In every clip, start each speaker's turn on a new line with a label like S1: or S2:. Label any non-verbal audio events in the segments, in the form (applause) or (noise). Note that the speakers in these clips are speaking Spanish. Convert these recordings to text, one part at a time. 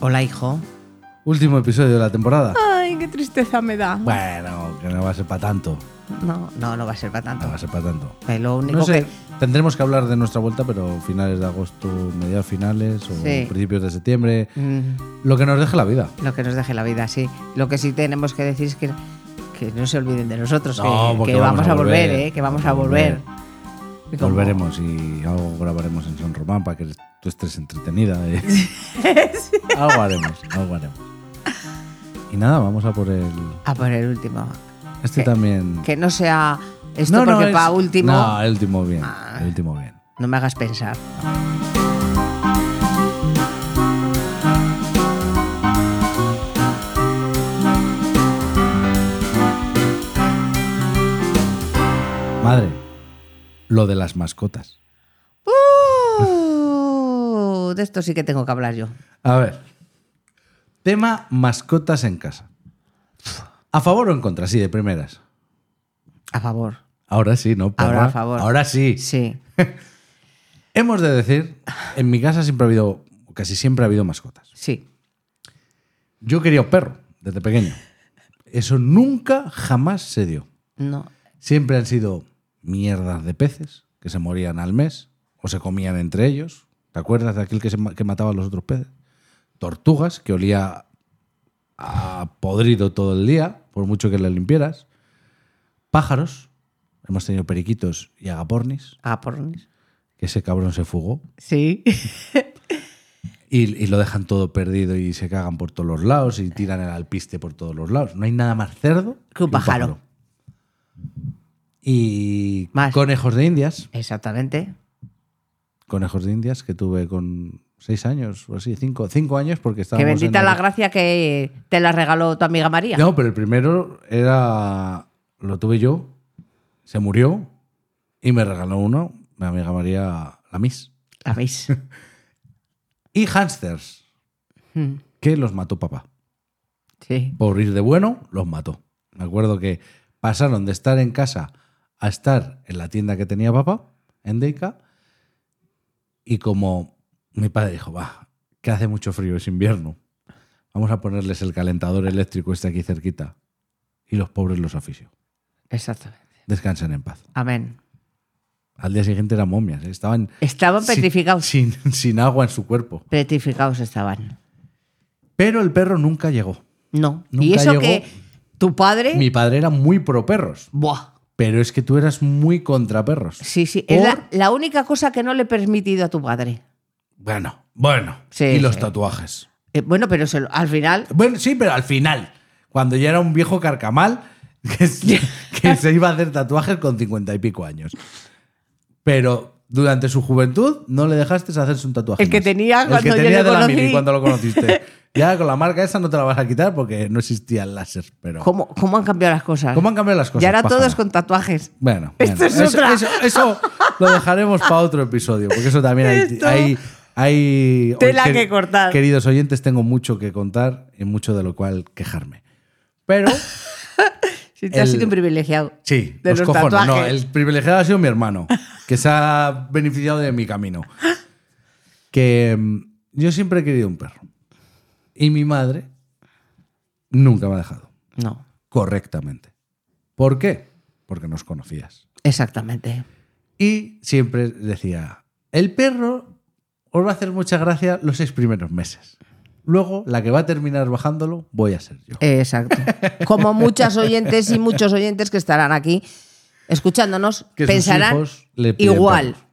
S1: Hola, hijo.
S2: Último episodio de la temporada.
S1: Ah.
S3: Ay, qué tristeza me da.
S2: Bueno, que no va a ser para tanto.
S1: No, no, no va a ser para tanto.
S2: No va a ser para tanto.
S1: Eh, Lo único
S2: No sé,
S1: que.
S2: tendremos que hablar de nuestra vuelta, pero finales de agosto, mediados finales o
S1: Sí.
S2: principios de septiembre.
S1: Mm,
S2: Lo que nos deje la vida.
S1: lo que nos deje la vida, sí. Lo que sí tenemos que decir es que, que no se olviden de nosotros,
S2: No,
S1: que,
S2: porque
S1: que vamos, a volver, ¿eh? que vamos a volver. Y como-
S2: Volveremos y algo grabaremos en San Román para que tú estés entretenida.
S1: (laughs)
S2: ¿eh? algo haremos, algo haremos. Y nada, vamos a por el...
S1: A por el último.
S2: Este
S1: Que-
S2: también...
S1: Que no sea esto
S2: No, no,
S1: porque
S2: es-
S1: para último
S2: No, el último bien.
S1: Ah.
S2: El último bien.
S1: no me
S2: (laughs)
S1: hagas pensar.
S2: Madre, lo de las mascotas.
S1: Uh, de esto sí que tengo que hablar yo.
S2: A ver. Tema mascotas en casa. ¿A favor o en contra? Sí, de primeras.
S1: A favor.
S2: Ahora sí, ¿no?
S1: Ahora
S2: Porra?
S1: a favor.
S2: Ahora sí.
S1: Sí.
S2: Hemos de decir, en mi casa siempre ha habido, o casi siempre ha habido mascotas.
S1: Sí.
S2: Yo quería un perro desde pequeño. Eso nunca, jamás se dio.
S1: No.
S2: Siempre han sido mierdas de peces que se morían al mes o se comían entre ellos. ¿Te acuerdas de aquel que, se ma- que mataba a los otros peces? Tortugas que olía a podrido todo el día, por mucho que le limpiaras. Pájaros. Hemos tenido periquitos y agapornis,
S1: A por.
S2: que ese cabrón se fugó.
S1: Sí.
S2: Y, y lo dejan todo perdido y se cagan por todos los lados y tiran el alpiste por todos los lados. No hay nada más cerdo
S1: Que un pájaro.
S2: Y
S1: Más.
S2: conejos de indias.
S1: Exactamente.
S2: Conejos de indias que tuve con seis años o así, cinco, cinco años porque estábamos...
S1: que bendita
S2: en
S1: la
S2: el-
S1: gracia que te la regaló tu amiga María.
S2: No, pero el primero era... Lo tuve yo, se murió y me regaló uno mi amiga María la Miss. (laughs)
S1: La veis.
S2: Y hámsters,
S1: Mm,
S2: que los mató papá.
S1: sí.
S2: por ir de bueno, los mató. Me acuerdo que pasaron de estar en casa a estar en la tienda que tenía papá, en Deica, y como mi padre dijo, va, que hace mucho frío, es invierno, vamos a ponerles el calentador eléctrico este aquí cerquita, y los pobres los oficio.
S1: Exactamente.
S2: Descansen en paz.
S1: Amén.
S2: Al día siguiente eran momias, ¿eh? estaban
S1: Estaban
S2: sin-
S1: petrificados.
S2: Sin, sin agua en su cuerpo.
S1: Petrificados estaban.
S2: Pero el perro nunca llegó.
S1: No.
S2: Nunca
S1: y eso
S2: llegó.
S1: que tu padre.
S2: Mi padre era muy pro perros.
S1: Buah.
S2: Pero es que tú eras muy contra perros.
S1: Sí, sí.
S2: Por-
S1: Es la, la única cosa que no le he permitido a tu padre.
S2: Bueno, bueno.
S1: Sí,
S2: y los
S1: sí.
S2: tatuajes.
S1: Eh, bueno, pero se lo- al final.
S2: Bueno, sí, pero al final, cuando ya era un viejo carcamal, (laughs) que, se- que se iba a hacer tatuajes con cincuenta y pico años. Pero durante su juventud no le dejaste hacerse un tatuaje.
S1: El que
S2: más.
S1: tenía cuando yo le
S2: de la
S1: conocí.
S2: mini cuando lo conociste. ya con la marca esa no te la vas a quitar porque no existía el láser. Pero
S1: ¿Cómo, cómo han cambiado las cosas?
S2: ¿Cómo han cambiado las cosas?
S1: y ahora
S2: pájara?
S1: todos con tatuajes.
S2: Bueno,
S1: Esto
S2: bueno,
S1: es otra.
S2: Eso, eso lo dejaremos para otro episodio, porque eso también hay.
S1: Esto-
S2: hay, hay-
S1: Tela
S2: quer-
S1: que cortar.
S2: Queridos oyentes, tengo mucho que contar y mucho de lo cual quejarme.
S1: (laughs)
S2: Pero
S1: Si te has
S2: El-
S1: sido un privilegiado.
S2: sí,
S1: De
S2: los,
S1: los
S2: cojones.
S1: tatuajes.
S2: No, el privilegiado ha sido mi hermano, que se ha beneficiado de mi camino. Que mm, yo siempre he querido un perro. Y mi madre nunca me ha dejado.
S1: No,
S2: Correctamente. ¿Por qué? Porque nos conocías.
S1: exactamente.
S2: Y siempre decía, el perro os va a hacer mucha gracia los seis primeros meses. Luego, la que va a terminar bajándolo, voy a ser yo.
S1: Exacto. Como muchas oyentes y muchos oyentes que estarán aquí escuchándonos,
S2: Que sus
S1: pensarán
S2: hijos le piden
S1: igual.
S2: perros.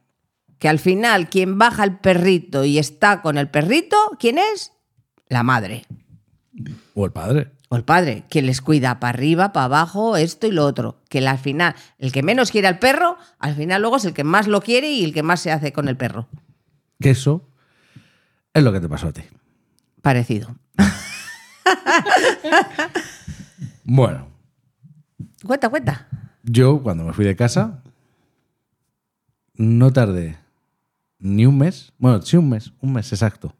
S1: Que al final, quien baja el perrito y está con el perrito, ¿quién es? La madre
S2: O el padre.
S1: o el padre, quien les cuida para arriba, para abajo, esto y lo otro. Que al final, el que menos quiere al perro, al final luego es el que más lo quiere y el que más se hace con el perro.
S2: Que eso es lo que te pasó a ti.
S1: Parecido.
S2: Bueno,
S1: Cuenta, cuenta.
S2: yo cuando me fui de casa, no tardé ni un mes, bueno, sí un mes, un mes exacto,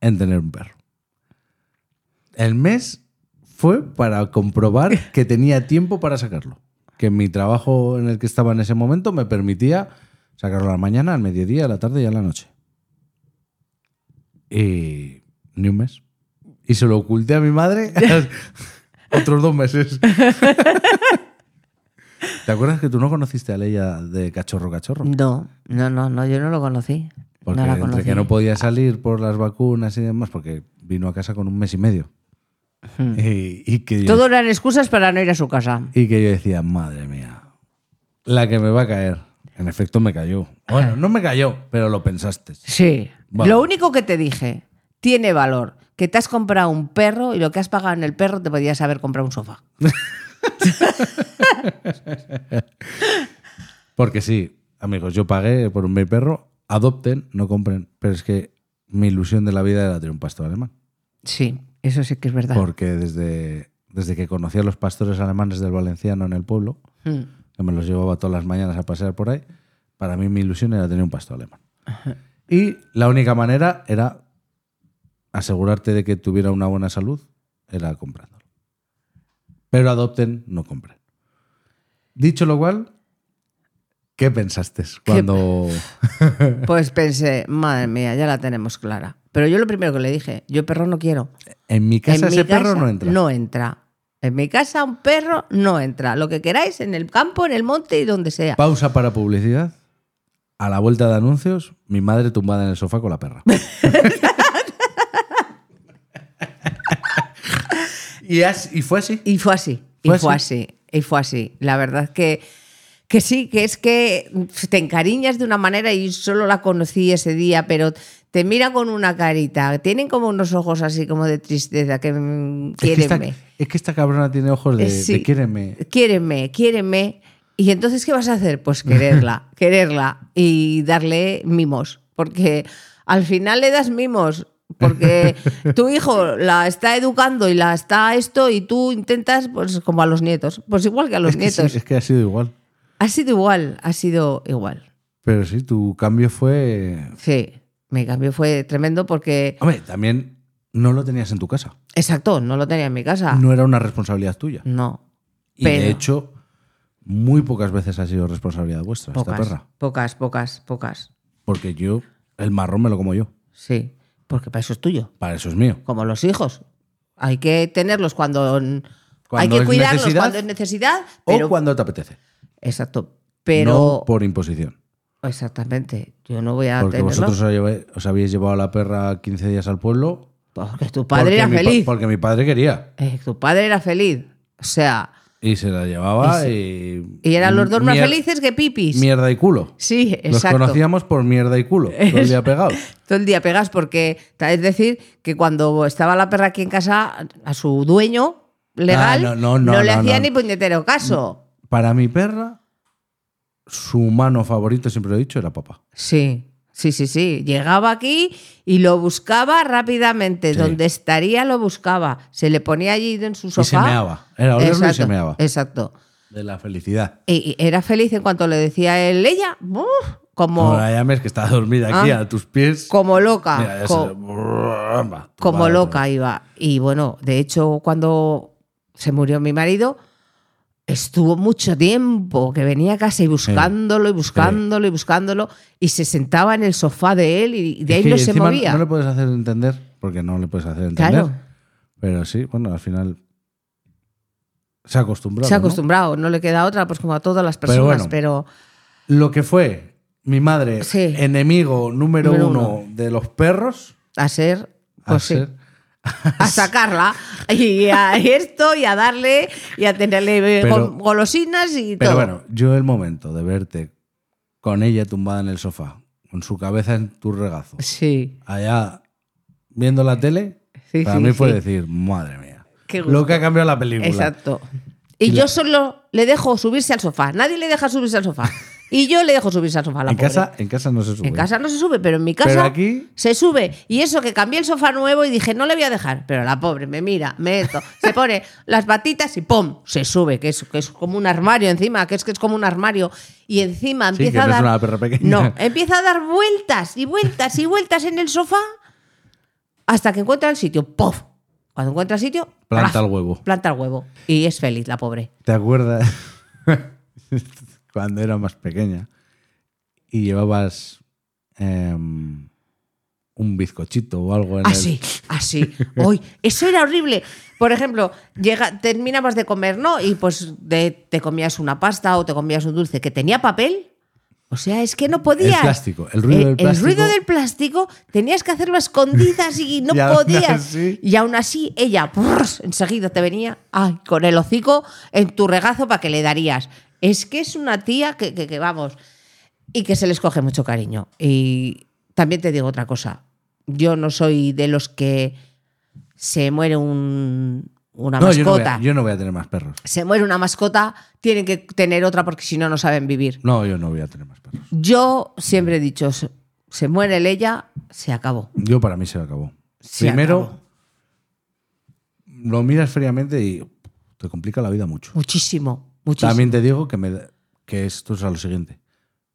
S2: en tener un perro. El mes fue para comprobar que tenía tiempo para sacarlo. Que mi trabajo en el que estaba en ese momento me permitía sacarlo a la mañana, al mediodía, a la tarde y a la noche. Y Ni un mes. Y se lo oculté a mi madre (laughs) otros dos meses. ¿Te acuerdas que tú no conociste a Leia de cachorro cachorro?
S1: No, no, no, no, yo no lo conocí.
S2: Porque
S1: no la
S2: entre
S1: conocí.
S2: que no podía salir por las vacunas y demás, porque vino a casa con un mes y medio. Y, y que yo,
S1: Hmm. Todo eran excusas para no ir a su casa.
S2: y que yo decía, madre mía, la que me va a caer. En efecto, me cayó. Bueno, no me cayó, pero lo pensaste.
S1: Sí.
S2: Vale.
S1: Lo único que te dije, tiene valor, que te has comprado un perro y lo que has pagado en el perro te podías haber comprado un sofá.
S2: Porque sí, amigos, yo pagué por un mi perro, adopten, no compren. Pero es que mi ilusión de la vida era tener un pastor alemán.
S1: Sí, eso sí que es verdad.
S2: Porque desde, desde que conocí a los pastores alemanes del Valenciano en el pueblo,
S1: Mm.
S2: que me los llevaba todas las mañanas a pasear por ahí, para mí mi ilusión era tener un pastor alemán. Y la única manera era asegurarte de que tuviera una buena salud, era comprándolo. Pero adopten, no compren. Dicho lo cual, ¿qué pensaste cuando...
S1: Pues pensé, madre mía, ya la tenemos clara. Pero yo lo primero que le dije, yo perro no quiero.
S2: En mi casa
S1: en mi
S2: ese perro
S1: casa
S2: no entra.
S1: No entra. En mi casa un perro no entra. Lo que queráis, en el campo, en el monte y donde sea.
S2: Pausa para publicidad. A la vuelta de anuncios, mi madre tumbada en el sofá con la perra. (laughs) y, as- y fue así.
S1: Y fue así,
S2: ¿Fue
S1: y fue así, y fue así. La verdad que, que sí, que es que te encariñas de una manera y solo la conocí ese día, pero te mira con una carita, tienen como unos ojos así como de tristeza, que mm,
S2: Es que, esta,
S1: quiéreme,
S2: es que esta cabrona tiene ojos de,
S1: Eh, sí.
S2: de quiéreme.
S1: quiéreme, quiéreme. Y entonces, ¿qué vas a hacer? Pues
S2: (laughs)
S1: quererla, quererla y darle mimos, porque al final le das mimos. Porque
S2: (laughs)
S1: tu hijo la está educando y la está esto y tú intentas, pues como a los nietos, pues igual que a los
S2: Es que sí,
S1: nietos.
S2: es que ha sido igual.
S1: Ha sido igual, ha sido igual.
S2: Pero sí, tu cambio fue.
S1: Sí, mi cambio fue tremendo porque,
S2: Hombre, también no lo tenías en tu casa.
S1: exacto, no lo tenía en mi casa. No.
S2: No era una responsabilidad tuya. Y de
S1: Ah. Mm, pero-
S2: hecho, muy pocas veces ha sido responsabilidad vuestra
S1: pocas,
S2: esta perra.
S1: pocas, pocas, pocas.
S2: Porque yo, el marrón me lo como yo.
S1: Sí, porque para eso es tuyo,
S2: Para eso es mío.
S1: como los hijos. Hay que tenerlos cuando, hay que
S2: es
S1: cuidarlos
S2: necesidad
S1: cuando es necesidad,
S2: o
S1: pero
S2: cuando te apetece.
S1: exacto, pero
S2: No por imposición.
S1: exactamente, yo no voy a
S2: Porque
S1: tenerlos
S2: vosotros os llevé- os habéis llevado a la perra 15 días al pueblo.
S1: porque tu padre
S2: porque
S1: era
S2: mi pa-
S1: feliz.
S2: porque mi padre quería.
S1: Eh, tu padre era feliz. O sea,
S2: Y se la llevaba y.
S1: y eran los dos más
S2: mier-
S1: felices que pipis.
S2: Mierda y culo.
S1: Sí,
S2: Los
S1: exacto.
S2: conocíamos por mierda y
S1: (laughs)
S2: culo. Todo el día pegados.
S1: Todo el día pegas porque, es decir, que cuando estaba la perra aquí en casa, a su dueño legal,
S2: Ah, no, no, no,
S1: le
S2: no,
S1: hacía
S2: no.
S1: ni puñetero caso.
S2: Para mi perra, su humano favorito, siempre lo he dicho, era papá.
S1: Sí, sí, sí, sí. Llegaba aquí y lo buscaba rápidamente.
S2: Sí.
S1: Donde estaría lo buscaba. Se le ponía allí en su
S2: Y se
S1: sofá.
S2: meaba. Era olerlo y se meaba.
S1: Exacto.
S2: De la felicidad.
S1: Y, y era feliz en cuanto le decía él, ella, ¡buf! como,
S2: No la llames que está dormida aquí
S1: Ah.
S2: a tus pies.
S1: como loca.
S2: Mira, ya
S1: co-
S2: se- Brrramba.
S1: como
S2: Vale,
S1: loca iba. Y bueno, de hecho, cuando se murió mi marido, estuvo mucho tiempo que venía casi buscándolo y buscándolo y buscándolo y se sentaba en el sofá de él y de
S2: Es
S1: ahí
S2: que
S1: no se
S2: encima
S1: movía.
S2: No le puedes hacer entender, porque no le puedes hacer entender.
S1: claro,
S2: Pero sí, bueno, al final se ha acostumbrado.
S1: se ha
S2: ¿no?
S1: acostumbrado, no le queda otra, pues como a todas las
S2: Pero
S1: personas,
S2: bueno,
S1: pero,
S2: Lo que fue mi madre,
S1: Sí.
S2: enemigo número,
S1: Número
S2: uno, de los perros,
S1: a ser,
S2: a
S1: pues sí,
S2: ser-
S1: a sacarla
S2: (laughs)
S1: y a esto y a darle y a tenerle eh,
S2: Pero-
S1: gol- golosinas y
S2: Pero
S1: todo.
S2: bueno, yo el momento de verte con ella tumbada en el sofá, con su cabeza en tu regazo,
S1: sí,
S2: allá viendo la tele,
S1: Sí,
S2: para
S1: sí,
S2: mí fue
S1: sí.
S2: decir, madre mía,
S1: Qué gusto.
S2: lo que ha cambiado la película.
S1: Exacto. Y yo solo le dejo subirse al sofá. Nadie le deja subirse
S2: (laughs)
S1: al sofá. Y yo le dejo subirse al sofá. a La
S2: En
S1: pobre.
S2: casa, en casa no se sube.
S1: En casa no se sube, pero en mi casa
S2: Pero aquí-
S1: se sube. Y eso que cambié el sofá nuevo y dije, no le voy a dejar. Pero la pobre me mira, me esto, se pone las batitas y ¡pum! Se sube, que es, que es como un armario encima, que es que es como un armario. Y encima
S2: Sí,
S1: empieza
S2: que
S1: a
S2: no es
S1: dar.
S2: una perra pequeña.
S1: (laughs) No, empieza a dar vueltas y vueltas y vueltas en el sofá hasta que encuentra el sitio. ¡Pof! Cuando encuentra el sitio,
S2: Planta
S1: ¡plaf!
S2: el huevo.
S1: Planta el huevo. Y es feliz, la pobre.
S2: ¿Te acuerdas (laughs) cuando era más pequeña y llevabas em, un bizcochito o algo en el-
S1: Así, así. Hoy, eso era horrible. Por ejemplo, llega, terminabas de comer, ¿no? Y pues de- te comías una pasta o te comías un dulce que tenía papel. O sea, es que no podías.
S2: plástico, el ruido del plástico.
S1: Eh, ruido del plástico tenías que hacerlo a escondidas y no
S2: (laughs) Y aún
S1: podías.
S2: así.
S1: Y aún así, ella prrrs, enseguida te venía ay, con el hocico en tu regazo para que le darías. Es que es una tía que, que- que vamos. Y que se les coge mucho cariño. Y también te digo otra cosa. Yo no soy de los que se muere un- una
S2: No, yo no, voy
S1: mascota.
S2: a, yo no voy a tener más perros.
S1: Se muere una mascota, tienen que tener otra porque si no, no saben vivir.
S2: No, yo no voy a tener más perros.
S1: Yo siempre he dicho, se se muere Leia, se acabó.
S2: Yo para mí se acabó.
S1: Se
S2: Primero,
S1: acabó.
S2: lo miras fríamente y te complica la vida mucho.
S1: Muchísimo, muchísimo.
S2: También te digo que, me, da- que esto es a lo siguiente.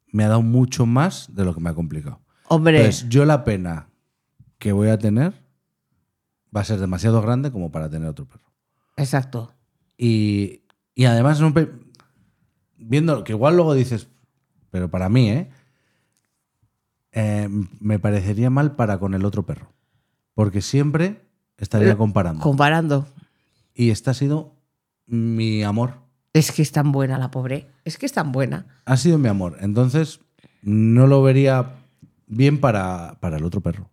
S2: Me ha dado mucho más de lo que me ha complicado.
S1: Hombre,
S2: Entonces, yo la pena que voy a tener va a ser demasiado grande como para tener otro perro.
S1: exacto.
S2: Y, y además, no pe- viendo que igual luego dices, pero para mí, ¿eh? Eh, me parecería mal para con el otro perro. Porque siempre estaría comparando.
S1: Comparando.
S2: Y esta ha sido mi amor.
S1: Es que es tan buena la pobre. Es que es tan buena.
S2: Ha sido mi amor. Entonces, no lo vería bien para, para el otro perro.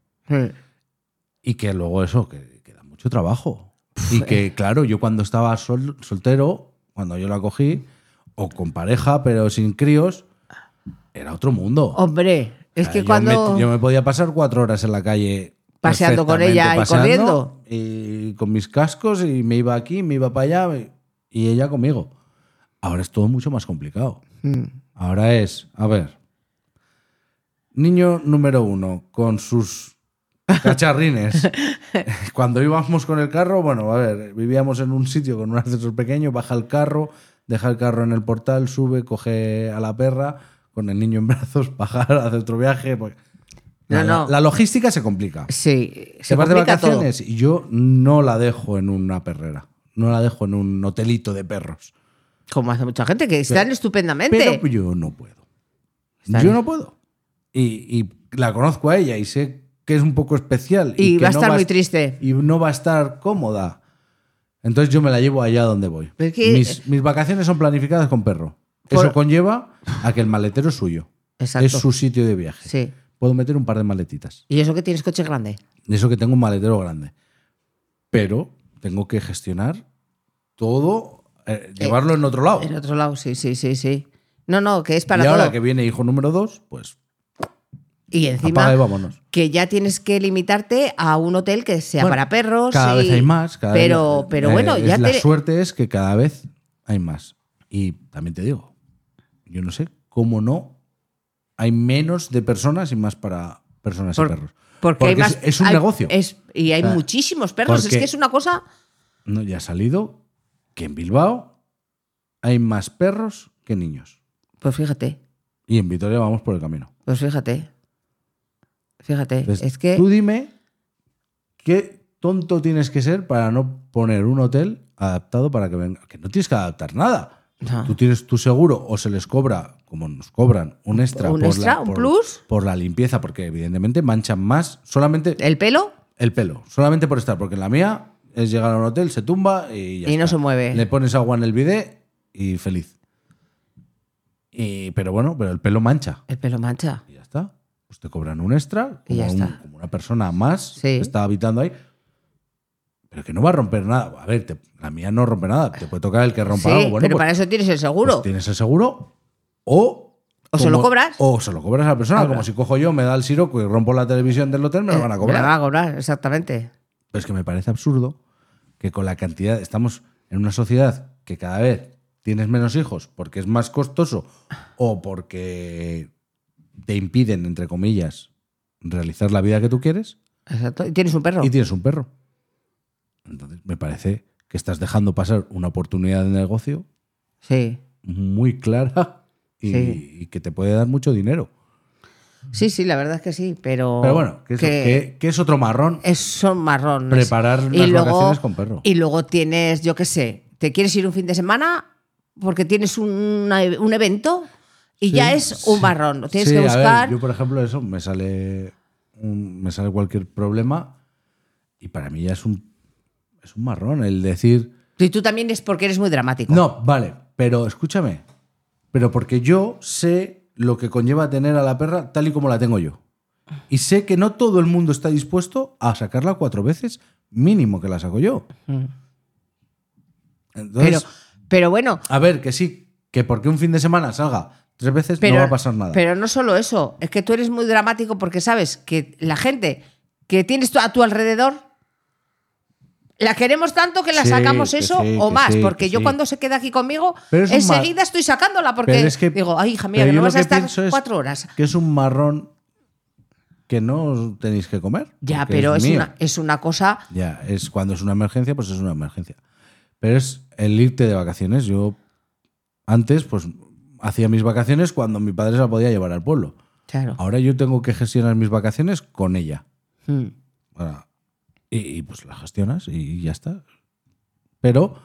S2: Y que luego eso, que, que da mucho trabajo.
S1: eh.
S2: Y que, claro, yo cuando estaba sol- soltero, cuando yo la cogí, o con pareja, pero sin críos, era otro mundo.
S1: Hombre, es
S2: O sea,
S1: que
S2: Ah, yo
S1: cuando...
S2: me- yo me podía pasar cuatro horas en la calle.
S1: Paseando con
S2: perfectamente
S1: ella y corriendo.
S2: Y con mis cascos, y me iba aquí, me iba para allá, y- y ella conmigo. Ahora es todo mucho más complicado.
S1: Mm.
S2: Ahora es, a ver, niño número uno con sus
S1: (laughs)
S2: cacharrines. Cuando íbamos con el carro, bueno, a ver, vivíamos en un sitio con un ascensor pequeño, baja el carro, deja el carro en el portal, sube, coge a la perra, con el niño en brazos, (laughs) bajar, hace otro viaje. pues-
S1: No,
S2: la,
S1: no.
S2: la logística se complica.
S1: Sí, se
S2: vas de
S1: complica todo.
S2: vacaciones y yo no la dejo en una perrera, no la dejo en un hotelito de perros.
S1: Como hace mucha gente, que están estupendamente.
S2: Pero yo no puedo.
S1: Está
S2: yo
S1: bien.
S2: no puedo. Y, y la conozco a ella y sé que es un poco especial.
S1: y
S2: que
S1: va a
S2: no
S1: estar muy triste.
S2: Y no va a estar cómoda. Entonces yo me la llevo allá donde voy.
S1: Pero es que-
S2: mis, mis vacaciones son planificadas con perro.
S1: Por-
S2: Eso conlleva a que el maletero es suyo.
S1: Exacto.
S2: Es su sitio de viaje.
S1: Sí.
S2: Puedo meter un par de maletitas.
S1: Y eso que tienes coche grande.
S2: Y Eso que tengo un maletero grande. Pero tengo que gestionar todo, eh, llevarlo en otro lado.
S1: En otro lado, sí, sí, sí, sí. No, no, que es para
S2: y ahora
S1: todo.
S2: que viene hijo número dos, pues
S1: Y encima...
S2: apaga y vámonos.
S1: que ya tienes que limitarte a un hotel que sea
S2: Bueno,
S1: para perros.
S2: Cada
S1: y-
S2: vez hay más. cada
S1: pero,
S2: vez-
S1: pero
S2: eh,
S1: bueno,
S2: es-
S1: ya
S2: la
S1: te-
S2: suerte es que cada vez hay más. Y también te digo, yo no sé cómo no hay menos de personas y más para personas
S1: Por-
S2: y perros.
S1: porque hay
S2: es-
S1: más,
S2: es, un
S1: hay-
S2: negocio.
S1: es- y hay
S2: O sea,
S1: muchísimos perros. Es
S2: porque-
S1: que es una cosa.
S2: No, ya ha salido que en Bilbao hay más perros que niños.
S1: Pues fíjate,
S2: Y en Vitoria vamos por el camino.
S1: pues fíjate. Fíjate.
S2: Entonces,
S1: es que.
S2: Tú dime qué tonto tienes que ser para no poner un hotel adaptado para que venga. Que no tienes que adaptar nada.
S1: No.
S2: Tú tienes tu seguro o se les cobra, como nos cobran, un extra.
S1: ¿Un extra? ¿Un plus?
S2: Por la limpieza, porque evidentemente manchan más solamente
S1: El pelo
S2: el pelo. Solamente por estar, porque en la mía es llegar a un hotel, se tumba y ya
S1: y no
S2: está.
S1: se mueve.
S2: Le pones agua en el bidé y feliz. Y- pero bueno, pero el pelo mancha.
S1: El pelo mancha.
S2: Y ya está. Pues te cobran un extra,
S1: Y
S2: como,
S1: ya
S2: un-
S1: está.
S2: como una persona más
S1: Sí.
S2: que está habitando ahí. Pero que no va a romper nada. A ver, te- la mía no rompe nada. Te puede tocar el que rompa
S1: Sí,
S2: algo. Bueno,
S1: pero
S2: pues-
S1: para eso tienes el
S2: pues
S1: seguro.
S2: tienes el seguro o.
S1: O se lo cobras.
S2: O se lo cobras a la persona. Como si cojo yo, me da el siroco y rompo la televisión del hotel, me lo van a
S1: Me la
S2: cobrar.
S1: van Eh, a cobrar, exactamente.
S2: Pero es que me parece absurdo que con la cantidad. Estamos en una sociedad que cada vez tienes menos hijos porque es más costoso o porque te impiden, entre comillas, realizar la vida que tú quieres
S1: Exacto. Y tienes un perro.
S2: y tienes un perro. Entonces, me parece que estás dejando pasar una oportunidad de negocio
S1: Sí.
S2: muy clara y,
S1: Ah, Sí.
S2: y que te puede dar mucho dinero.
S1: Sí, sí, la verdad es que sí. Pero.
S2: Pero bueno, que, eso- que- que es otro marrón.
S1: es son marrón.
S2: Preparar las vacaciones con perro.
S1: Y luego tienes, yo qué sé, te quieres ir un fin de semana porque tienes una- e-, un evento y ya
S2: Sí,
S1: es un
S2: sí.
S1: marrón. Tienes
S2: Sí,
S1: que
S2: a ver,
S1: buscar.
S2: yo, por ejemplo, eso me sale un- me sale cualquier problema y para mí ya es un, es un marrón el decir,
S1: Y tú también es porque eres muy dramático.
S2: no, vale, pero escúchame, pero porque yo sé lo que conlleva tener a la perra tal y como la tengo yo. Y sé que no todo el mundo está dispuesto a sacarla cuatro veces mínimo que la saco yo.
S1: pero,
S2: Entonces,
S1: pero bueno,
S2: a ver, que sí, que porque un fin de semana salga tres veces
S1: pero
S2: no va a pasar nada.
S1: Pero no solo eso, es que tú eres muy dramático porque sabes que la gente que tienes tú a tu alrededor la queremos tanto que la
S2: Sí,
S1: sacamos
S2: que
S1: eso
S2: sí,
S1: o
S2: que
S1: más,
S2: sí,
S1: porque
S2: que
S1: yo
S2: sí.
S1: cuando se queda aquí conmigo,
S2: Pero es un mar-
S1: enseguida estoy sacándola porque
S2: Pero es que-
S1: digo, ay, hija mía,
S2: pero
S1: que
S2: yo lo
S1: no vas a
S2: que
S1: estar
S2: pienso es
S1: cuatro horas.
S2: Que es un marrón que no os tenéis que comer.
S1: Ya,
S2: porque
S1: pero es,
S2: mío.
S1: una, es una cosa.
S2: Ya, es cuando es una emergencia, pues es una emergencia. Pero es el irte de vacaciones. Yo antes, pues hacía mis vacaciones cuando mi padre se la podía llevar al pueblo.
S1: Claro.
S2: Ahora yo tengo que gestionar mis vacaciones con ella.
S1: Mm.
S2: Ahora, y, y, pues la gestionas y ya está. Pero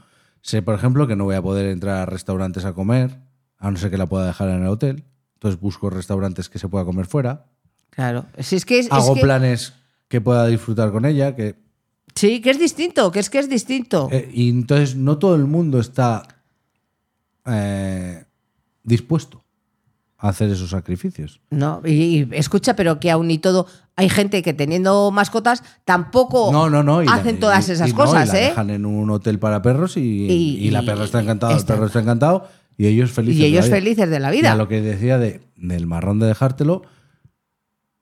S2: sé, por ejemplo, que no voy a poder entrar a restaurantes a comer, a no ser que la pueda dejar en el hotel. Entonces busco restaurantes que se pueda comer fuera.
S1: Claro. Si es que es, es
S2: Hago
S1: que-
S2: planes que pueda disfrutar con ella, que
S1: Sí, que es distinto, que es que es distinto.
S2: Eh, y entonces no todo el mundo está eh, dispuesto a hacer esos sacrificios.
S1: No, y, y escucha, pero que aún y todo hay gente que teniendo mascotas tampoco
S2: no, no, no. y la-
S1: hacen todas
S2: y-
S1: esas
S2: y no, y
S1: cosas,
S2: la
S1: ¿eh?
S2: dejan en un hotel para perros y,
S1: Y-
S2: y la
S1: y-
S2: perra está encantada,
S1: está-
S2: el perro está encantado y ellos felices. de
S1: Y
S2: la
S1: ellos
S2: vida.
S1: felices de la
S2: Y a
S1: vida.
S2: lo que decía de, del marrón de dejártelo,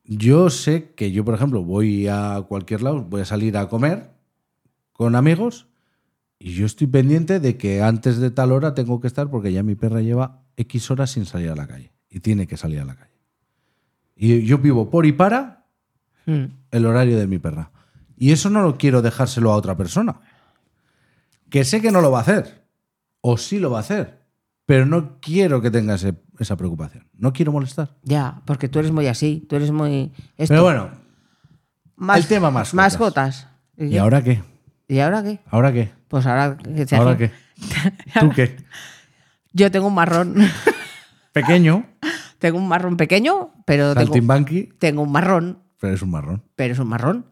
S2: yo sé que yo, por ejemplo, voy a cualquier lado, voy a salir a comer con amigos y yo estoy pendiente de que antes de tal hora tengo que estar porque ya mi perra lleva X horas sin salir a la calle y tiene que salir a la calle. Y yo vivo por y para
S1: Mm.
S2: el horario de mi perra. Y eso no lo quiero dejárselo a otra persona. Que sé que no lo va a hacer. O sí lo va a hacer. Pero no quiero que tenga ese- esa preocupación. No quiero molestar.
S1: Ya, porque tú eres muy así, tú eres muy... esto.
S2: Pero bueno,
S1: Mas-
S2: el tema mascotas.
S1: Mascotas. ¿Y,
S2: ¿y ahora qué?
S1: ¿Y ahora qué?
S2: ¿Ahora qué?
S1: Pues ahora que se
S2: ¿Ahora
S1: hace-
S2: qué? ¿Tú qué?
S1: Yo tengo un marrón. (laughs)
S2: (laughs) Pequeño,
S1: tengo un marrón pequeño, pero tengo,
S2: saltimbanqui,
S1: tengo un marrón,
S2: pero es un marrón.
S1: pero es un marrón.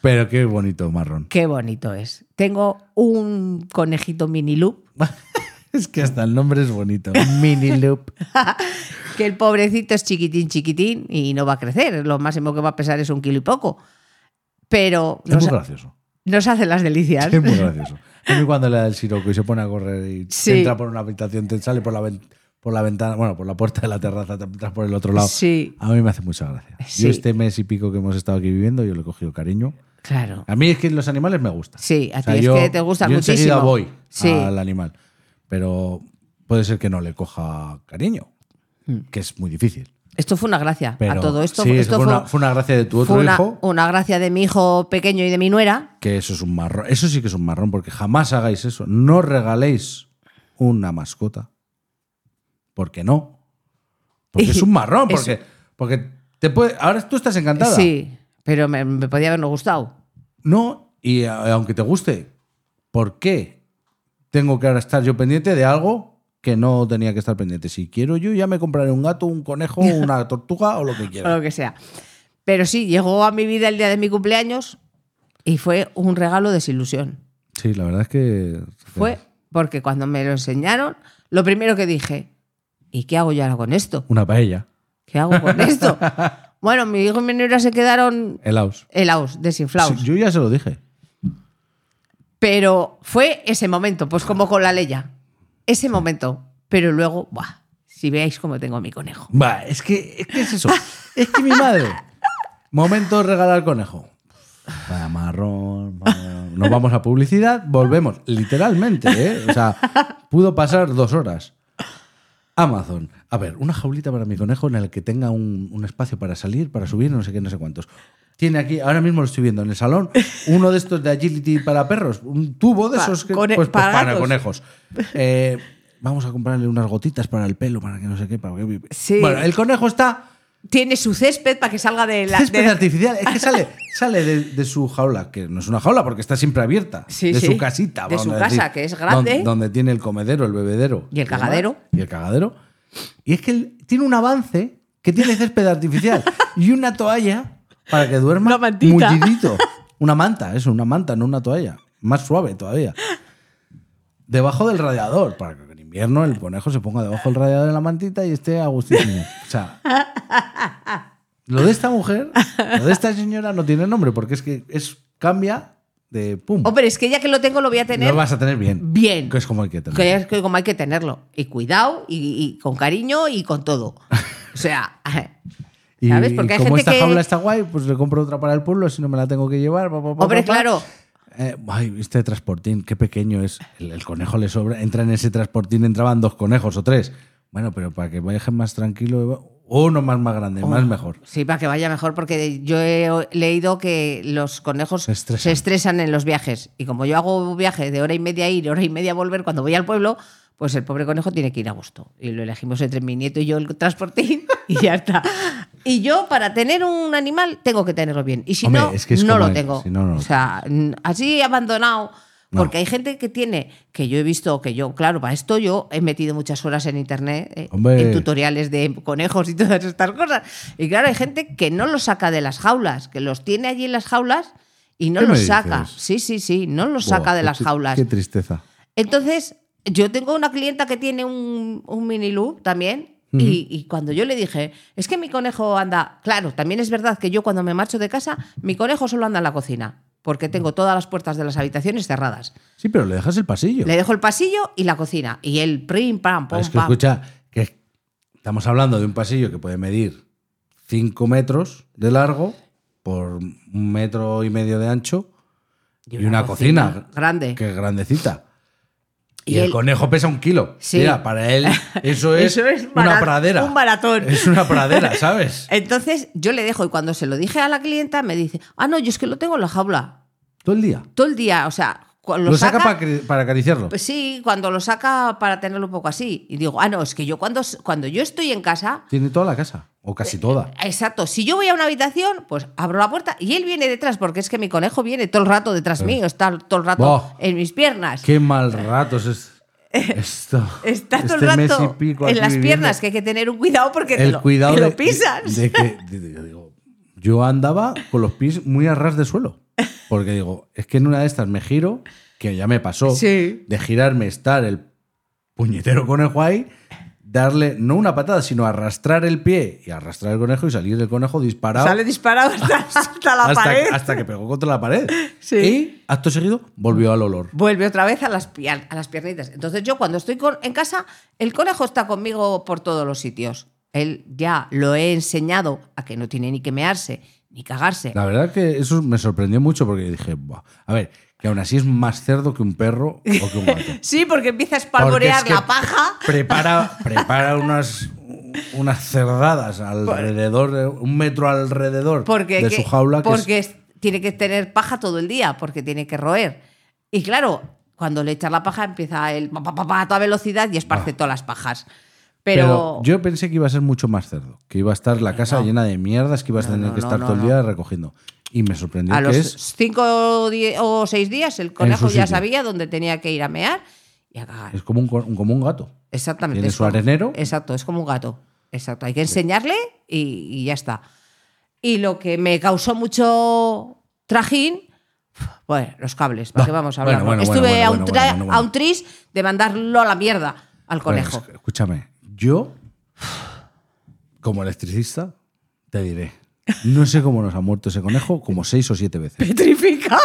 S2: Pero qué bonito marrón.
S1: Qué bonito es. Tengo un conejito mini loop,
S2: (laughs) Es que hasta el nombre es (laughs) bonito. Mini loop.
S1: que el pobrecito es chiquitín, chiquitín y no va a crecer. Lo máximo que va a pesar es un kilo y poco. Pero
S2: Es
S1: nos,
S2: muy gracioso.
S1: nos hace las delicias.
S2: Es muy gracioso. A mí cuando le da el siroco y se pone a correr y
S1: Sí.
S2: entra por una habitación, te sale por la, ven- por la ventana, bueno, por la puerta de la terraza, te entras por el otro lado.
S1: Sí,
S2: A mí me hace mucha gracia.
S1: Sí.
S2: Yo este mes y pico que hemos estado aquí viviendo, yo le he cogido cariño.
S1: claro.
S2: A mí es que los animales me gustan.
S1: Sí, a
S2: O sea,
S1: ti
S2: yo-
S1: es que te gustan
S2: yo
S1: muchísimo.
S2: enseguida voy
S1: Sí.
S2: al animal. Pero puede ser que no le coja cariño, que es muy difícil.
S1: Esto fue una gracia
S2: Pero
S1: a Hmm. todo esto.
S2: sí,
S1: esto
S2: fue, una, fue una gracia de tu otro
S1: fue una-
S2: hijo,
S1: una gracia de mi hijo pequeño y de mi nuera.
S2: que eso es un marrón. Eso sí que es un marrón, porque jamás hagáis eso. No regaléis una mascota. porque no? Porque
S1: (laughs)
S2: es un marrón,
S1: Eso.
S2: porque, porque te puede, ahora tú estás encantada.
S1: Sí, pero me, me podía haber no gustado.
S2: No, y a- aunque te guste, ¿por qué tengo que ahora estar yo pendiente de algo que no tenía que estar pendiente? Si quiero yo, ya me compraré un gato, un
S1: (laughs)
S2: conejo, una tortuga o lo que
S1: o
S2: quiera.
S1: lo que sea. Pero sí, llegó a mi vida el día de mi cumpleaños y fue un regalo desilusión.
S2: Sí, la verdad es que.
S1: Fue porque cuando me lo enseñaron, lo primero que dije, ¿y qué hago yo ahora con esto?
S2: Una paella.
S1: ¿Qué
S2: (laughs)
S1: hago con esto? bueno, mi hijo y mi nuera se quedaron
S2: Helaos.
S1: helados, desinflados.
S2: Sí, yo ya se lo dije.
S1: Pero fue ese momento, pues como con la leya. Ese momento. Pero luego, ¡buah! Si veáis cómo tengo a mi conejo.
S2: Va, es que, es que es eso. es que mi madre. Momento de regalar conejo. Vaya marrón, marrón. Nos vamos a publicidad, volvemos. Literalmente, ¿eh? O sea, pudo pasar dos horas. Amazon. A ver, una jaulita para mi conejo en el que tenga un, un espacio para salir, para subir, no sé qué, no sé cuántos. Tiene aquí, ahora mismo lo estoy viendo en el salón, uno de estos de agility para perros, un tubo de
S1: Pa-
S2: esos que,
S1: cone-
S2: pues, pues,
S1: para
S2: para
S1: gatos.
S2: conejos. Eh, vamos a comprarle unas gotitas para el pelo, para que no sé qué, para que...
S1: Sí.
S2: Bueno, el conejo está
S1: Tiene su césped para que salga de la.
S2: césped
S1: de-
S2: artificial. Es que
S1: (laughs)
S2: sale, sale de, de su jaula, que no es una jaula porque está siempre abierta.
S1: Sí,
S2: de
S1: sí.
S2: su casita.
S1: De
S2: vamos
S1: su
S2: a
S1: casa, que es grande.
S2: Donde, donde tiene el comedero, el bebedero.
S1: Y el
S2: demás,
S1: cagadero.
S2: Y el cagadero. Y es que él tiene un avance que tiene césped artificial y una toalla para que duerma
S3: Una mantita.
S2: mullidito. Una manta, eso, una manta, no una toalla. Más suave todavía. Debajo del radiador, para que en invierno el conejo se ponga debajo del radiador en la mantita y esté agustísimo. O sea, lo de esta mujer, lo de esta señora no tiene nombre, porque es que es cambia de pum.
S1: Oh, pero es que ya que lo tengo lo voy a tener
S2: Lo vas a tener bien.
S1: bien.
S2: Que es como hay que tener.
S1: Que es que como hay que tenerlo. Y cuidado, y, y con cariño, y con todo. O sea, (laughs)
S2: Y
S1: ¿Sabes? Porque hay
S2: como
S1: gente
S2: esta
S1: que-
S2: jaula está guay, pues le compro otra para el pueblo, si no me la tengo que llevar. pa, pa, pa,
S1: hombre,
S2: pa, pa.
S1: claro.
S2: Eh, ay, este transportín, qué pequeño es. El, el conejo le sobra. Entra en ese transportín, entraban dos conejos o tres. Bueno, pero para que viajen más tranquilo, uno más más grande, más mejor.
S1: Sí, para que vaya mejor, porque yo he o- leído que los conejos
S2: Se
S1: se
S2: estresan.
S1: estresan. en los viajes. Y como yo hago un viaje de hora y media ir, hora y media volver, cuando voy al pueblo, pues el pobre conejo tiene que ir a gusto. Y lo elegimos entre mi nieto y yo el transportín (laughs) y ya está. Y yo, para tener un animal, tengo que tenerlo bien. Y si
S2: Hombre,
S1: no,
S2: es que es
S1: no
S2: como
S1: lo
S2: es.
S1: tengo.
S2: Si no, no lo
S1: O sea, n- así abandonado.
S2: No.
S1: Porque hay gente que tiene, que yo he visto, que yo, claro, para esto yo he metido muchas horas en internet, eh,
S2: Hombre.
S1: en tutoriales de conejos y todas estas cosas. Y claro, hay gente que no los saca de las jaulas, que los tiene allí en las jaulas y no
S2: ¿Qué me
S1: los saca.
S2: dices?
S1: Sí, sí, sí, no los saca
S2: Buah, pues
S1: de las
S2: qué-
S1: jaulas.
S2: Qué tristeza.
S1: Entonces, yo tengo una clienta que tiene un, un mini loop también. Y, y cuando yo le dije, es que mi conejo anda. Claro, también es verdad que yo cuando me marcho de casa, mi conejo solo anda en la cocina, porque tengo todas las puertas de las habitaciones cerradas.
S2: Sí, pero le dejas el pasillo. Ah,
S1: Le dejo el pasillo y la cocina. Y el prim, pam, pom,
S2: es que
S1: pam.
S2: escucha, que estamos hablando de un pasillo que puede medir 5 metros de largo por un metro y medio de ancho y una, cocina,
S1: Grande.
S2: que es grandecita. Y,
S1: Y
S2: el
S1: él-
S2: conejo pesa un kilo.
S1: Sí.
S2: Mira, para
S1: (laughs)
S2: él eso es,
S1: Eso es
S2: una
S1: mara-
S2: pradera.
S1: un maratón.
S2: Es una
S1: (laughs)
S2: pradera, ¿sabes?
S1: Entonces yo le dejo y cuando se lo dije a la clienta me dice, ah, no, yo es que lo tengo en la jaula.
S2: Todo el día.
S1: Todo el día, o sea, cu- lo,
S2: Lo, saca, para, acri- para acariciarlo.
S1: Pues sí, cuando lo saca para tenerlo un poco así. Y digo, ah, no, es que yo cuando, cuando yo estoy en casa,
S2: Tiene toda la casa, o casi toda.
S1: exacto, si yo voy a una habitación, pues abro la puerta y él viene detrás, porque es que mi conejo viene todo el rato detrás mío, está todo el rato
S2: Buah.
S1: en mis piernas.
S2: Qué mal ratos
S1: (laughs)
S2: es esto.
S1: Está todo
S2: este
S1: el
S2: mes
S1: rato
S2: y pico
S1: en
S2: aquí
S1: las
S2: viviendo.
S1: piernas, que hay que tener un cuidado porque te
S2: El
S1: lo,
S2: cuidado
S1: te lo
S2: de-
S1: pisas.
S2: de que- de- de- yo digo, yo andaba con los pies muy a ras de
S1: (laughs)
S2: suelo. Porque digo, es que en una de estas me giro, que ya me pasó,
S1: Sí.
S2: de girarme, estar el puñetero conejo ahí, darle no una patada, sino arrastrar el pie y arrastrar el conejo y salir del conejo disparado
S1: Sale disparado hasta, hasta la
S2: hasta,
S1: pared.
S2: hasta que pegó contra la pared.
S1: (laughs) Sí.
S2: Y acto seguido volvió al olor.
S1: Vuelve otra vez a las, pier- a las piernitas. Entonces yo cuando estoy con- en casa, el conejo está conmigo por todos los sitios. Él ya lo he enseñado a que no tiene ni que mearse, ni cagarse.
S2: La verdad que eso me sorprendió mucho porque dije, "Buah, a ver, que aún así es más cerdo que un perro o que un gato.
S1: (laughs) Sí, porque empieza a
S2: Porque
S1: espalmorear
S2: es que
S1: la paja.
S2: Prepara, prepara unas, unas cerdadas alrededor, de- un metro alrededor
S1: Porque,
S2: de
S1: que-
S2: su jaula. que es-
S1: porque es- tiene que tener paja todo el día, porque tiene que roer. Y claro, cuando le echas la paja empieza el pa, pa, pa, pa, a toda velocidad y esparce
S2: Ah.
S1: todas las pajas. Pero,
S2: yo pensé que iba a ser mucho más cerdo, que iba a estar la casa llena de mierdas, que ibas a
S1: No,
S2: tener
S1: no,
S2: que
S1: no,
S2: estar
S1: no,
S2: todo el
S1: no.
S2: día recogiendo. Y me sorprendió
S1: A
S2: que
S1: los
S2: es
S1: cinco o, die- o seis días el conejo
S2: su
S1: ya
S2: sitio.
S1: sabía dónde tenía que ir a mear y a cagar.
S2: es como un, co- un- como un gato.
S1: Exactamente.
S2: tiene
S1: es
S2: su arenero.
S1: Exacto, es como un gato. Exacto, hay que enseñarle y, y ya está. Y lo que me causó mucho trajín, bueno, los cables, ¿para
S2: Bah,
S1: qué vamos a
S2: bueno,
S1: hablar?
S2: bueno, bueno,
S1: Estuve
S2: bueno,
S1: a, un
S2: bueno,
S1: tra-
S2: bueno, bueno.
S1: a un tris de mandarlo a la mierda al conejo.
S2: Bueno, es- escúchame, yo, como electricista, te diré, no sé cómo nos ha muerto ese conejo como seis o siete veces.
S1: (laughs) ¡Petrifica!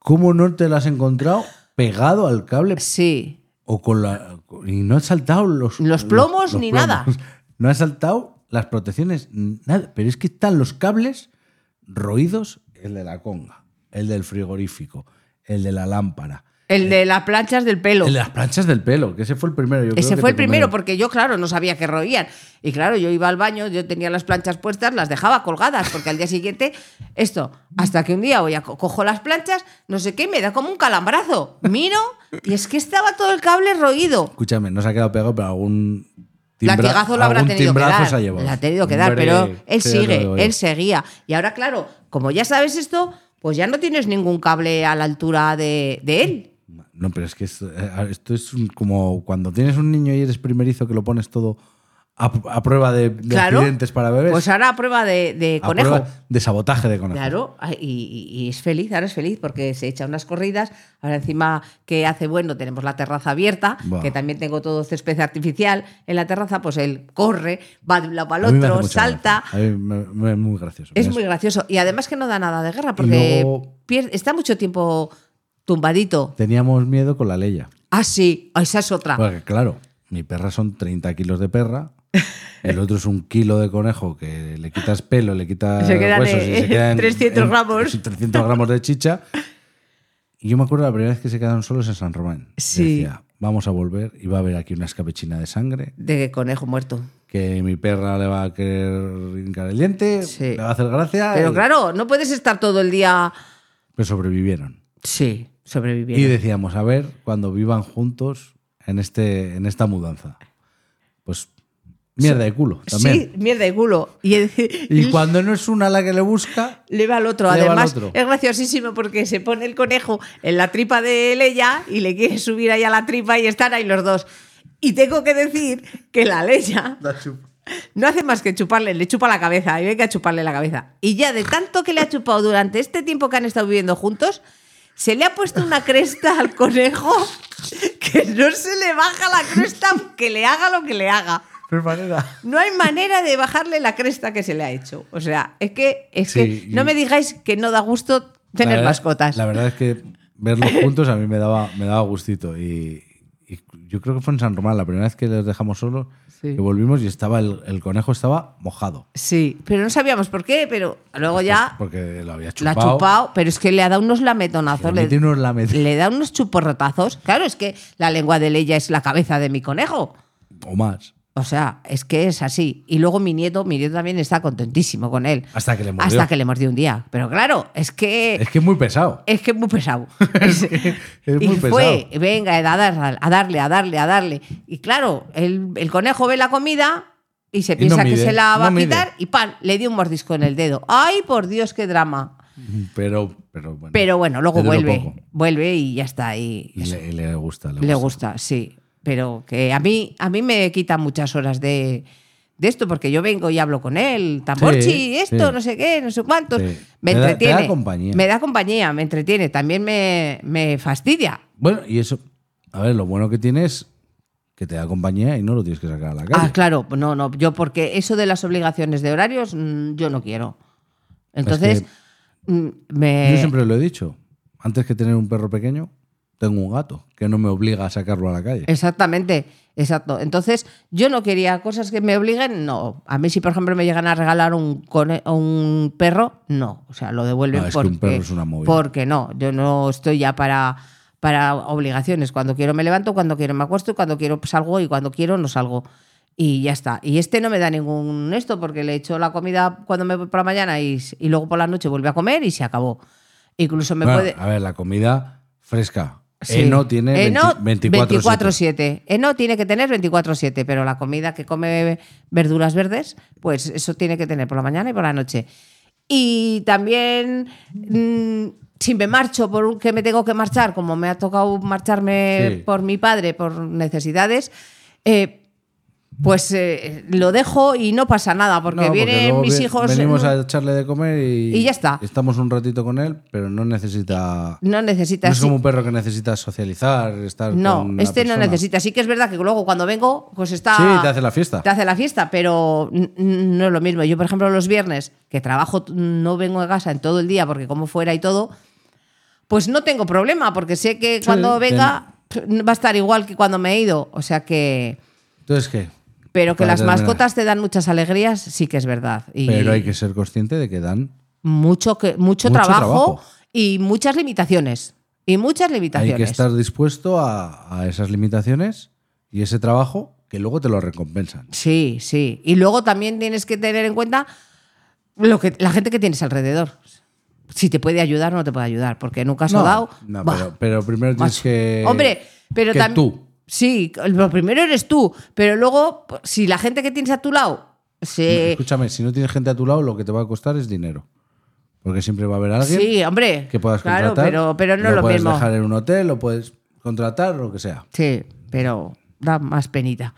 S2: ¿Cómo no te lo has encontrado pegado al cable
S1: Sí,
S2: o con la y no ha saltado los
S1: Los plomos ni nada.
S2: (laughs) No ha saltado las protecciones nada, pero es que están los cables roídos, el de la conga, el del frigorífico, el de la lámpara,
S1: el de las planchas del pelo.
S2: el de las planchas del pelo, que ese fue el primero. yo creo
S1: Ese
S2: que
S1: fue el
S2: te
S1: primero,
S2: comentaron.
S1: porque yo, claro, no sabía que roían. Y claro, yo iba al baño, yo tenía las planchas puestas, las dejaba colgadas, porque al día siguiente, esto, hasta que un día voy a co- cojo las planchas, no sé qué, me da como un calambrazo. Miro, y es que estaba todo el cable roído.
S2: Escúchame, no se ha quedado pegado, pero algún timbra-
S1: Latigazo lo habrá
S2: algún
S1: tenido que
S2: timbrazo
S1: dar.
S2: se ha llevado.
S1: La ha tenido que dar,
S2: Hombre,
S1: pero él
S2: sí, ya lo
S1: sigue,
S2: digo yo.
S1: él seguía. Y ahora, claro, como ya sabes esto, pues ya no tienes ningún cable a la altura de, de él.
S2: No, pero es que esto, eh, esto es un- como cuando tienes un niño y eres primerizo que lo pones todo a, a prueba de, de
S1: Claro.
S2: accidentes para bebés.
S1: Pues ahora a prueba de, de
S2: a
S1: conejo.
S2: prueba de sabotaje de conejo.
S1: Claro, ah, y, y- y es feliz, ahora es feliz porque se echa unas corridas. Ahora encima que hace bueno, tenemos la terraza abierta,
S2: Buah.
S1: que también tengo todo césped artificial en la terraza, pues él corre, va de un lado para
S2: A
S1: el
S2: mí me hace
S1: otro,
S2: mucha
S1: salta.
S2: gracia. A mí me- me- es muy gracioso.
S1: Es
S2: Me
S1: muy gracioso. Y además que no da nada de guerra
S2: Y
S1: porque
S2: luego-
S1: pier- está mucho tiempo tumbadito.
S2: Teníamos miedo con la leya.
S1: Ah, sí, ah, esa es otra.
S2: Porque, claro, mi perra son 30 kilos de
S1: (laughs)
S2: perra. El otro es un kilo de conejo que le quitas pelo, le quitas
S1: Se quedan,
S2: huesos y
S1: eh,
S2: se
S1: (laughs)
S2: quedan (laughs)
S1: 300 gramos.
S2: en 300 gramos de chicha. Y yo me acuerdo la primera vez que se quedaron solos en San Román. Y
S1: Sí.
S2: Decía, vamos a volver y va a haber aquí una escapechina de sangre
S1: De conejo muerto.
S2: que mi perra le va a querer hincar el diente,
S1: Sí.
S2: le va a hacer gracia.
S1: Pero
S2: y-
S1: claro, no puedes estar todo el día.
S2: Pero sobrevivieron.
S1: Sí,
S2: Y
S1: sobreviviendo.
S2: decíamos, a ver, cuando vivan juntos en, este, en esta mudanza. Pues mierda de culo también.
S1: Sí, mierda y culo. Y,
S2: Y cuando no es una la que le busca,
S1: Le va al otro.
S2: Le va al
S1: Además,
S2: otro.
S1: es graciosísimo porque se pone el conejo en la tripa de Leia y le quiere subir ahí a la tripa y están ahí los dos. Y tengo que decir que la Leia no hace más que chuparle, le chupa la cabeza y venga a chuparle la cabeza. Y ya de tanto que le ha chupado durante este tiempo que han estado viviendo juntos, se le ha puesto una cresta al conejo que no se le baja la cresta aunque le haga lo que le haga. No hay manera de bajarle la cresta que se le ha hecho. O sea, es que, es
S2: Sí,
S1: que no
S2: y-
S1: me digáis que no da gusto
S2: La
S1: tener
S2: verdad-
S1: mascotas.
S2: La verdad es que verlos juntos a mí me daba, me daba gustito. Y, y yo creo que fue en San Román, la primera vez que les dejamos solos,
S1: Sí.
S2: que volvimos y estaba el, el conejo estaba mojado. Pues
S1: Sí, pero no sabíamos por qué, pero luego Oh, ya
S2: Porque lo había
S1: la ha
S2: chupado.
S1: chupado, pero es que le ha dado unos
S2: Le
S1: lametonazos. Le,
S2: mete unos lamet-
S1: le da unos chuporrotazos. Claro, es que la lengua de Leia es la cabeza de mi conejo.
S2: O más.
S1: O sea, es que es así. Y luego mi nieto, mi nieto también está contentísimo con él.
S2: Hasta que le mordió.
S1: Hasta que le mordió un día. Pero claro, es que
S2: Es que es muy
S1: (laughs)
S2: pesado.
S1: Es que es muy pesado.
S2: (laughs) es
S1: y
S2: muy
S1: fue, venga, a, dar- a darle, a darle, a darle. Y claro, el, el conejo ve la comida y se piensa
S2: no
S1: que
S2: mide,
S1: se la va
S2: no
S1: a
S2: mide.
S1: quitar y ¡pam! Le dio un mordisco en el dedo. ¡Ay, por Dios, qué drama!
S2: Pero, pero bueno.
S1: Pero bueno, luego
S2: Le duró
S1: vuelve.
S2: poco.
S1: Vuelve y ya está. Y
S2: Y le, y le gusta. Le gusta.
S1: le gusta, sí. Pero que a mí, a mí me quita muchas horas de, de esto, porque yo vengo y hablo con él, tamborchi,
S2: Sí,
S1: esto,
S2: sí.
S1: no sé qué, no sé cuántos.
S2: Sí.
S1: Me
S2: Te da- te da
S1: entretiene.
S2: compañía.
S1: Me da compañía, me entretiene. También me, me fastidia.
S2: Bueno, y eso. A ver, lo bueno que tiene es que te da compañía y no lo tienes que sacar a la calle.
S1: Ah, claro, no, no, yo porque eso de las obligaciones de horarios, mm, yo no quiero. Entonces, mm, me.
S2: Yo siempre lo he dicho. Antes que tener un perro pequeño, tengo un gato que no me obliga a sacarlo a la calle.
S1: Exactamente, exacto. Entonces, yo no quería cosas que me obliguen, no. A mí si, por ejemplo, me llegan a regalar un, cone- un perro, no. O sea, lo devuelven
S2: No, es que
S1: porque,
S2: un perro es una movida.
S1: porque no. Yo no estoy ya para, para obligaciones. Cuando quiero me levanto, cuando quiero me acuesto, cuando quiero salgo y cuando quiero no salgo. Y ya está. Y este no me da ningún esto porque le echo la comida cuando me voy por la mañana y, y luego por la noche vuelve a comer y se acabó. Incluso me
S2: Bueno,
S1: puede...
S2: A ver, la comida fresca.
S1: Sí.
S2: Eno tiene
S1: Eno,
S2: 24
S1: 24/7. Eno tiene que tener 24-7, pero la comida que come verduras verdes, pues eso tiene que tener por la mañana y por la noche. Y también, mm, si me marcho, por un- que me tengo que marchar, como me ha tocado marcharme
S2: Sí.
S1: por mi padre, por necesidades, eh, pues eh, lo dejo y no pasa nada, porque
S2: No,
S1: vienen
S2: luego
S1: mis
S2: ve-
S1: hijos. eh,
S2: Venimos
S1: no-
S2: a echarle de comer y,
S1: Y ya está.
S2: Estamos un ratito con él, pero no necesita.
S1: no
S2: No
S1: necesitas
S2: es como un perro que necesita socializar, estar.
S1: No,
S2: con una
S1: este no
S2: persona.
S1: necesita. Sí que es verdad que luego cuando vengo, pues está.
S2: Sí, te hace la fiesta.
S1: Te hace la fiesta, pero n- n- no es lo mismo. Yo, por ejemplo, los viernes, que trabajo, no vengo a casa en todo el día porque como fuera y todo, pues no tengo problema, porque sé que cuando
S2: ten-
S1: venga va a estar igual que cuando me he ido. O sea que.
S2: Entonces, ¿qué?
S1: Pero que
S2: Para
S1: las
S2: terminar.
S1: mascotas te dan muchas alegrías, sí que es verdad. Y
S2: Pero hay que ser consciente de que dan.
S1: mucho, que, mucho,
S2: Mucho
S1: trabajo,
S2: trabajo.
S1: y muchas limitaciones. Y muchas limitaciones.
S2: Hay que estar dispuesto a, a esas limitaciones y ese trabajo que luego te lo recompensan.
S1: Sí, sí. Y luego también tienes que tener en cuenta lo que, la gente que tienes alrededor. Si te puede ayudar o no te puede ayudar, porque en un caso dado.
S2: no,
S1: ¡buah!
S2: pero, pero primero tienes
S1: macho!
S2: que.
S1: Hombre, pero
S2: que
S1: también.
S2: tú.
S1: Sí, lo primero eres tú, pero luego, si la gente que tienes a tu lado se.
S2: Escúchame, si no tienes gente a tu lado, lo que te va a costar es dinero. Porque siempre va a haber alguien
S1: Sí, hombre.
S2: que puedas
S1: claro,
S2: contratar.
S1: pero, pero no es lo
S2: puedes
S1: mismo.
S2: dejar en un hotel, lo puedes contratar, lo que sea.
S1: Sí, pero da más penita.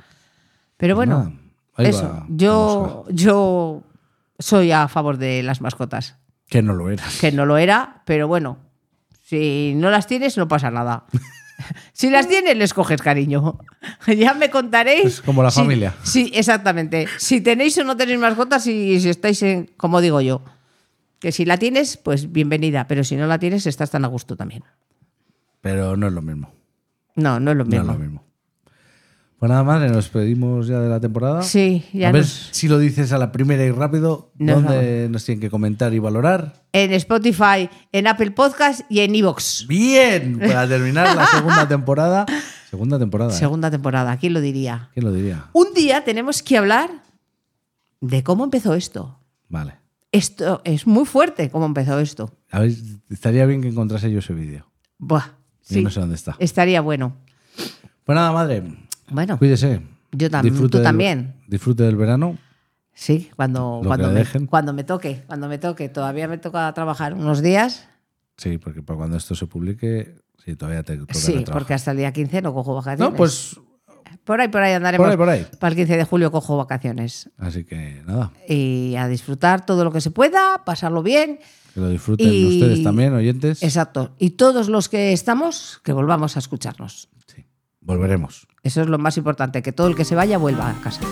S1: Pero bueno,
S2: Nada. Ahí
S1: Eso,
S2: va. Vamos
S1: yo,
S2: a ver.
S1: yo soy a favor de las mascotas,
S2: Que no lo eras.
S1: que no lo era, pero bueno, si no las tienes no
S2: (laughs)
S1: pasa nada. Si las tienes, les coges cariño. (laughs) Ya me contaréis.
S2: Es como la
S1: si-
S2: familia.
S1: Sí, exactamente. Si tenéis o no tenéis mascotas y si estáis en, como digo yo, que si la tienes, pues bienvenida, pero si no la tienes, estás tan a gusto también.
S2: Pero no es lo mismo.
S1: No, no es lo
S2: No
S1: mismo.
S2: es lo mismo. Pues nada, madre, nos despedimos ya de la temporada.
S1: Sí, ya
S2: A ver
S1: nos-
S2: si lo dices a la primera y rápido,
S1: Nos
S2: ¿dónde nos tienen que comentar y valorar?
S1: En Spotify, en Apple Podcast y en Evox.
S2: Bien, para terminar la
S1: (laughs)
S2: segunda temporada. Segunda temporada. ¿eh?
S1: Segunda temporada, ¿quién lo diría?
S2: ¿Quién lo diría?
S1: Un día tenemos que hablar de cómo empezó esto.
S2: Vale.
S1: Esto es muy fuerte, cómo empezó esto.
S2: A ver, estaría bien que encontrase yo ese vídeo.
S1: Buah,
S2: Yo
S1: sí,
S2: no sé dónde está.
S1: estaría bueno.
S2: Pues nada, madre,
S1: Bueno,
S2: cuídese.
S1: yo también.
S2: Disfrute
S1: Tú
S2: del-
S1: también.
S2: Disfrute del verano.
S1: Sí, cuando,
S2: Lo
S1: cuando,
S2: que
S1: me,
S2: dejen.
S1: cuando me toque, cuando me toque. Todavía me toca trabajar unos días.
S2: Sí, porque para cuando esto se publique, sí, todavía te toca
S1: Sí,
S2: trabajar.
S1: porque hasta el día 15 no cojo vacaciones.
S2: No, pues
S1: Por ahí, por ahí andaremos.
S2: por ahí, por ahí.
S1: Para el 15 de julio cojo vacaciones.
S2: Así que nada,
S1: Y a disfrutar todo lo que se pueda, pasarlo bien.
S2: que lo disfruten
S1: Y-
S2: ustedes también, oyentes.
S1: Exacto. Y todos los que estamos, que volvamos a escucharnos.
S2: Sí. Volveremos.
S1: Eso es lo más importante, que todo el que se vaya vuelva a casa.